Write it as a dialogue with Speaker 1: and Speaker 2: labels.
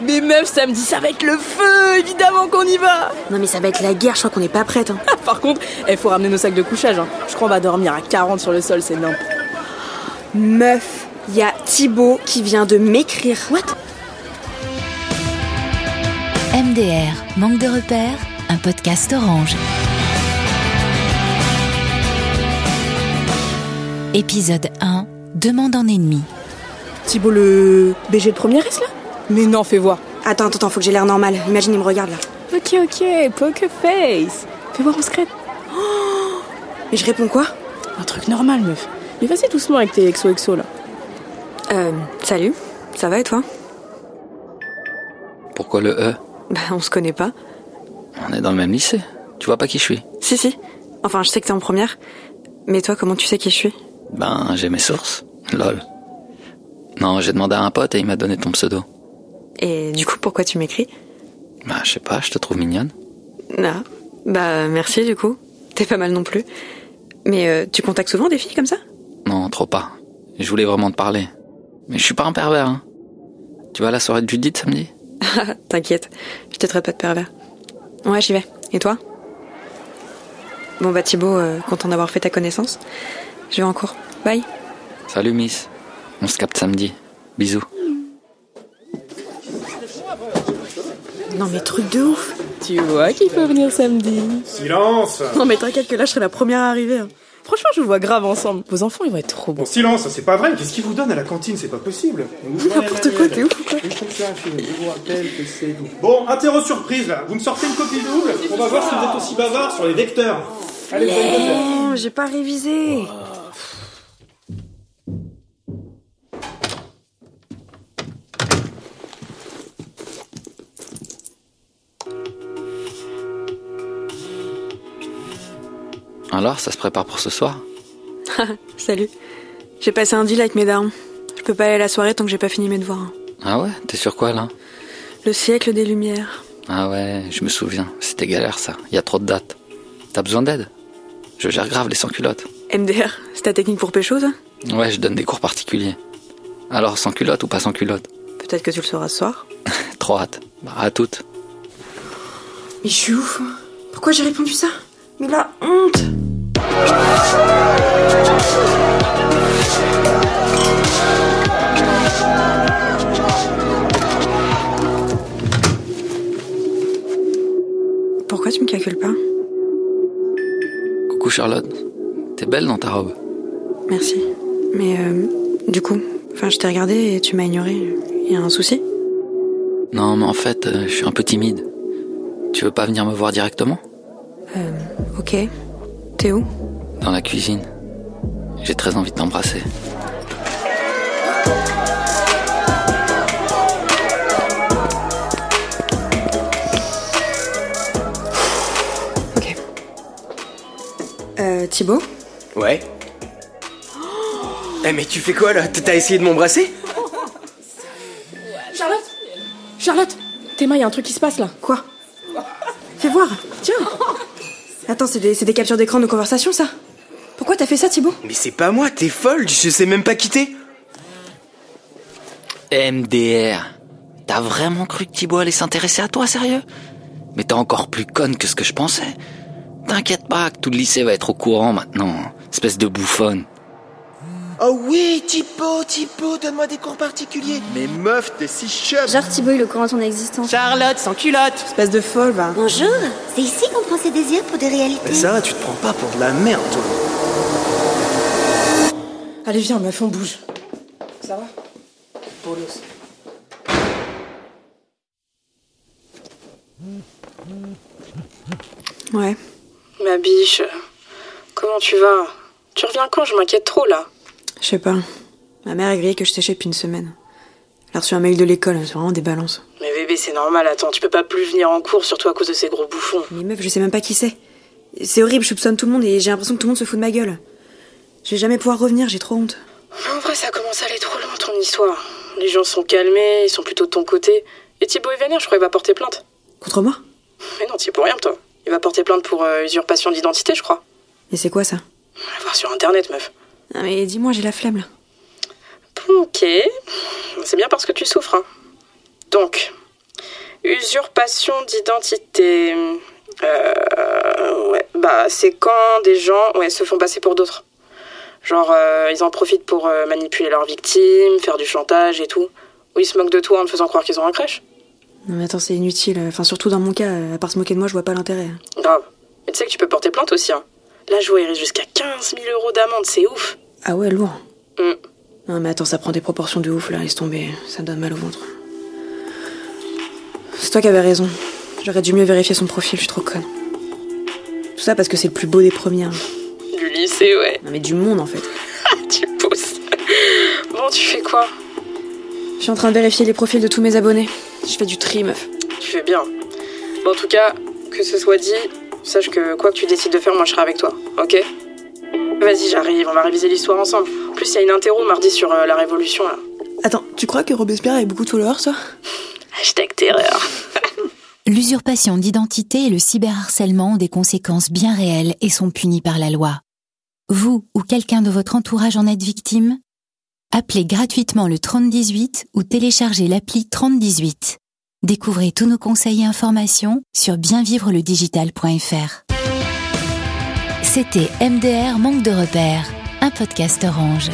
Speaker 1: Mais meuf, ça me dit ça va être le feu, évidemment qu'on y va
Speaker 2: Non mais ça va être la guerre, je crois qu'on n'est pas prête. Hein.
Speaker 1: Par contre, il faut ramener nos sacs de couchage. hein. Je crois qu'on va dormir à 40 sur le sol, c'est nimp.
Speaker 2: Meuf, il y a Thibaut qui vient de m'écrire. What
Speaker 3: MDR, manque de repères, un podcast orange. Épisode 1, demande en ennemi.
Speaker 2: Thibaut le BG de premier S là
Speaker 1: Mais non, fais voir.
Speaker 2: Attends, attends, attends, faut que j'ai l'air normal. Imagine, il me regarde là.
Speaker 1: Ok, ok, poker face. Fais voir en secret.
Speaker 2: Mais je réponds quoi
Speaker 1: Un truc normal, meuf. Mais vas-y doucement avec tes exo-exo, là.
Speaker 2: Euh, salut. Ça va et toi
Speaker 4: Pourquoi le E
Speaker 2: Bah, on se connaît pas.
Speaker 4: On est dans le même lycée. Tu vois pas qui je suis
Speaker 2: Si, si. Enfin, je sais que t'es en première. Mais toi, comment tu sais qui je suis
Speaker 4: Ben, j'ai mes sources. Lol. Non, j'ai demandé à un pote et il m'a donné ton pseudo.
Speaker 2: Et du coup, pourquoi tu m'écris
Speaker 4: Ben, je sais pas, je te trouve mignonne.
Speaker 2: Ah, bah merci du coup. T'es pas mal non plus. Mais euh, tu contactes souvent des filles comme ça
Speaker 4: Non, trop pas. Je voulais vraiment te parler. Mais je suis pas un pervers, hein. Tu vas à la soirée de Judith samedi
Speaker 2: T'inquiète, je te traite pas de pervers. Ouais, j'y vais. Et toi Bon bah Thibaut, euh, content d'avoir fait ta connaissance. Je vais en cours. Bye.
Speaker 4: Salut, Miss. On se capte samedi. Bisous.
Speaker 2: Non mais truc de ouf
Speaker 1: Tu vois qu'il peut venir samedi.
Speaker 5: Silence
Speaker 2: Non mais t'inquiète que là je serai la première à arriver. hein.
Speaker 1: Franchement, je vous vois grave ensemble. Vos enfants, ils vont être trop beaux.
Speaker 5: Bon, silence, c'est pas vrai, qu'est-ce qu'il vous donne à la cantine, c'est pas possible.
Speaker 2: N'importe quoi, t'es ouf ou quoi
Speaker 5: Bon, interro surprise là, vous me sortez une copie double, on va voir si vous êtes aussi bavard sur les vecteurs. Allez, bonne nouvelle.
Speaker 2: Non, Oh, j'ai pas révisé.
Speaker 4: Alors, ça se prépare pour ce soir
Speaker 2: Salut. J'ai passé un deal avec mes darons. Je peux pas aller à la soirée tant que j'ai pas fini mes devoirs. hein.
Speaker 4: Ah ouais T'es sur quoi, là
Speaker 2: Le siècle des lumières.
Speaker 4: Ah ouais, je me souviens. C'était galère, ça. Il y a trop de dates. T'as besoin d'aide Je gère grave les sans-culottes.
Speaker 2: MDR, c'est ta technique pour pécho ça
Speaker 4: Ouais, je donne des cours particuliers. Alors, sans culotte ou pas sans culotte
Speaker 2: Peut-être que tu le sauras ce soir.
Speaker 4: Trop hâte. Bah, à toutes.
Speaker 2: Mais je suis ouf. Pourquoi j'ai répondu ça Mais la honte Pourquoi tu me calcules pas
Speaker 4: Coucou Charlotte. T'es belle dans ta robe.
Speaker 2: Merci. Mais euh, du coup, enfin, je t'ai regardé et tu m'as ignoré. Il y a un souci
Speaker 4: Non, mais en fait, euh, je suis un peu timide. Tu veux pas venir me voir directement
Speaker 2: Ok. T'es où
Speaker 4: Dans la cuisine. J'ai très envie de t'embrasser.
Speaker 2: Ok. Euh, Thibaut
Speaker 6: Ouais. Eh mais tu fais quoi là T'as essayé de m'embrasser
Speaker 1: Charlotte Charlotte Théma, il y a un truc qui se passe, là.
Speaker 2: Quoi Fais voir Tiens Attends, c'est des, c'est des captures d'écran de conversation, ça Pourquoi t'as fait ça, Thibaut
Speaker 6: Mais c'est pas moi, t'es folle, je sais même pas quitter
Speaker 4: MDR. T'as vraiment cru que Thibaut allait s'intéresser à toi, sérieux Mais t'es encore plus conne que ce que je pensais. T'inquiète pas que tout le lycée va être au courant maintenant. Espèce de bouffonne.
Speaker 7: Oh oui, Tipo, Tipo, donne-moi des cours particuliers.
Speaker 6: Mais meuf, t'es si chum
Speaker 8: Genre Thibaut, il est au courant de ton existence.
Speaker 7: Charlotte, sans culotte.
Speaker 2: Espèce de folle, bah.
Speaker 9: Bonjour, c'est ici qu'on prend ses désirs pour des réalités.
Speaker 6: Mais Eh, Sarah, tu te prends pas pour de la merde, toi
Speaker 1: Allez, viens, meuf, on bouge.
Speaker 2: Ouais.
Speaker 1: Ma biche, comment tu vas Tu reviens quand Je m'inquiète trop, là.
Speaker 2: Je sais pas. Ma mère est grillée que je séchais depuis une semaine. Elle a reçu un mail de l'école, c'est vraiment des balances.
Speaker 1: Mais bébé, c'est normal, attends, tu peux pas plus venir en cours, surtout à cause de ces gros bouffons.
Speaker 2: Mais meuf, je sais même pas qui c'est. C'est horrible, je soupçonne tout le monde et j'ai l'impression que tout le monde se fout de ma gueule. Je vais jamais pouvoir revenir, j'ai trop honte.
Speaker 1: Mais en vrai, ça commence à aller trop loin, ton histoire. Les gens sont calmés, ils sont plutôt de ton côté. Et Thibaut est vénère, je crois qu'il va porter plainte.
Speaker 2: Contre moi
Speaker 1: Mais non, t'y es pour rien, toi. Il va porter plainte pour euh, usurpation d'identité, je crois.
Speaker 2: Et c'est quoi ça
Speaker 1: On va voir sur internet, meuf.
Speaker 2: Ah, mais dis-moi, j'ai la flemme là.
Speaker 1: Bon, ok. C'est bien parce que tu souffres, hein. Donc, usurpation d'identité. Euh, ouais, bah, c'est quand des gens ouais, se font passer pour d'autres. Genre, euh, ils en profitent pour euh, manipuler leurs victimes, faire du chantage et tout. Ou ils se moquent de toi en te faisant croire qu'ils ont un crèche.
Speaker 2: Non mais attends, c'est inutile. Enfin, surtout dans mon cas, euh, à part se moquer de moi, je vois pas l'intérêt.
Speaker 1: Grave. Mais tu sais que tu peux porter plainte aussi. Hein. Là, je vois, il risque jusqu'à 15 000 euros d'amende, c'est ouf.
Speaker 2: Ah ouais, lourd.
Speaker 1: Hmm.
Speaker 2: Non mais attends, ça prend des proportions de ouf là, laisse tomber. Ça donne mal au ventre. C'est toi qui avais raison. J'aurais dû mieux vérifier son profil, je suis trop conne. Tout ça parce que c'est le plus beau des premières.
Speaker 1: Du lycée, ouais.
Speaker 2: Non mais du monde en fait.
Speaker 1: tu pousses. bon, tu fais quoi
Speaker 2: Je suis en train de vérifier les profils de tous mes abonnés. Je fais du tri, meuf.
Speaker 1: Tu fais bien. Bon, en tout cas, que ce soit dit, sache que quoi que tu décides de faire, moi je serai avec toi, ok Vas-y, j'arrive, on va réviser l'histoire ensemble. En plus, il y a une interro mardi sur euh, la Révolution, là.
Speaker 8: Attends, tu crois que Robespierre avait beaucoup de followers, toi
Speaker 1: Hashtag terreur.
Speaker 3: L'usurpation d'identité et le cyberharcèlement ont des conséquences bien réelles et sont punies par la loi. Vous ou quelqu'un de votre entourage en êtes victime Appelez gratuitement le 3018 ou téléchargez l'appli 3018. Découvrez tous nos conseils et informations sur bienvivreledigital.fr. C'était MDR Manque de repères, un podcast orange.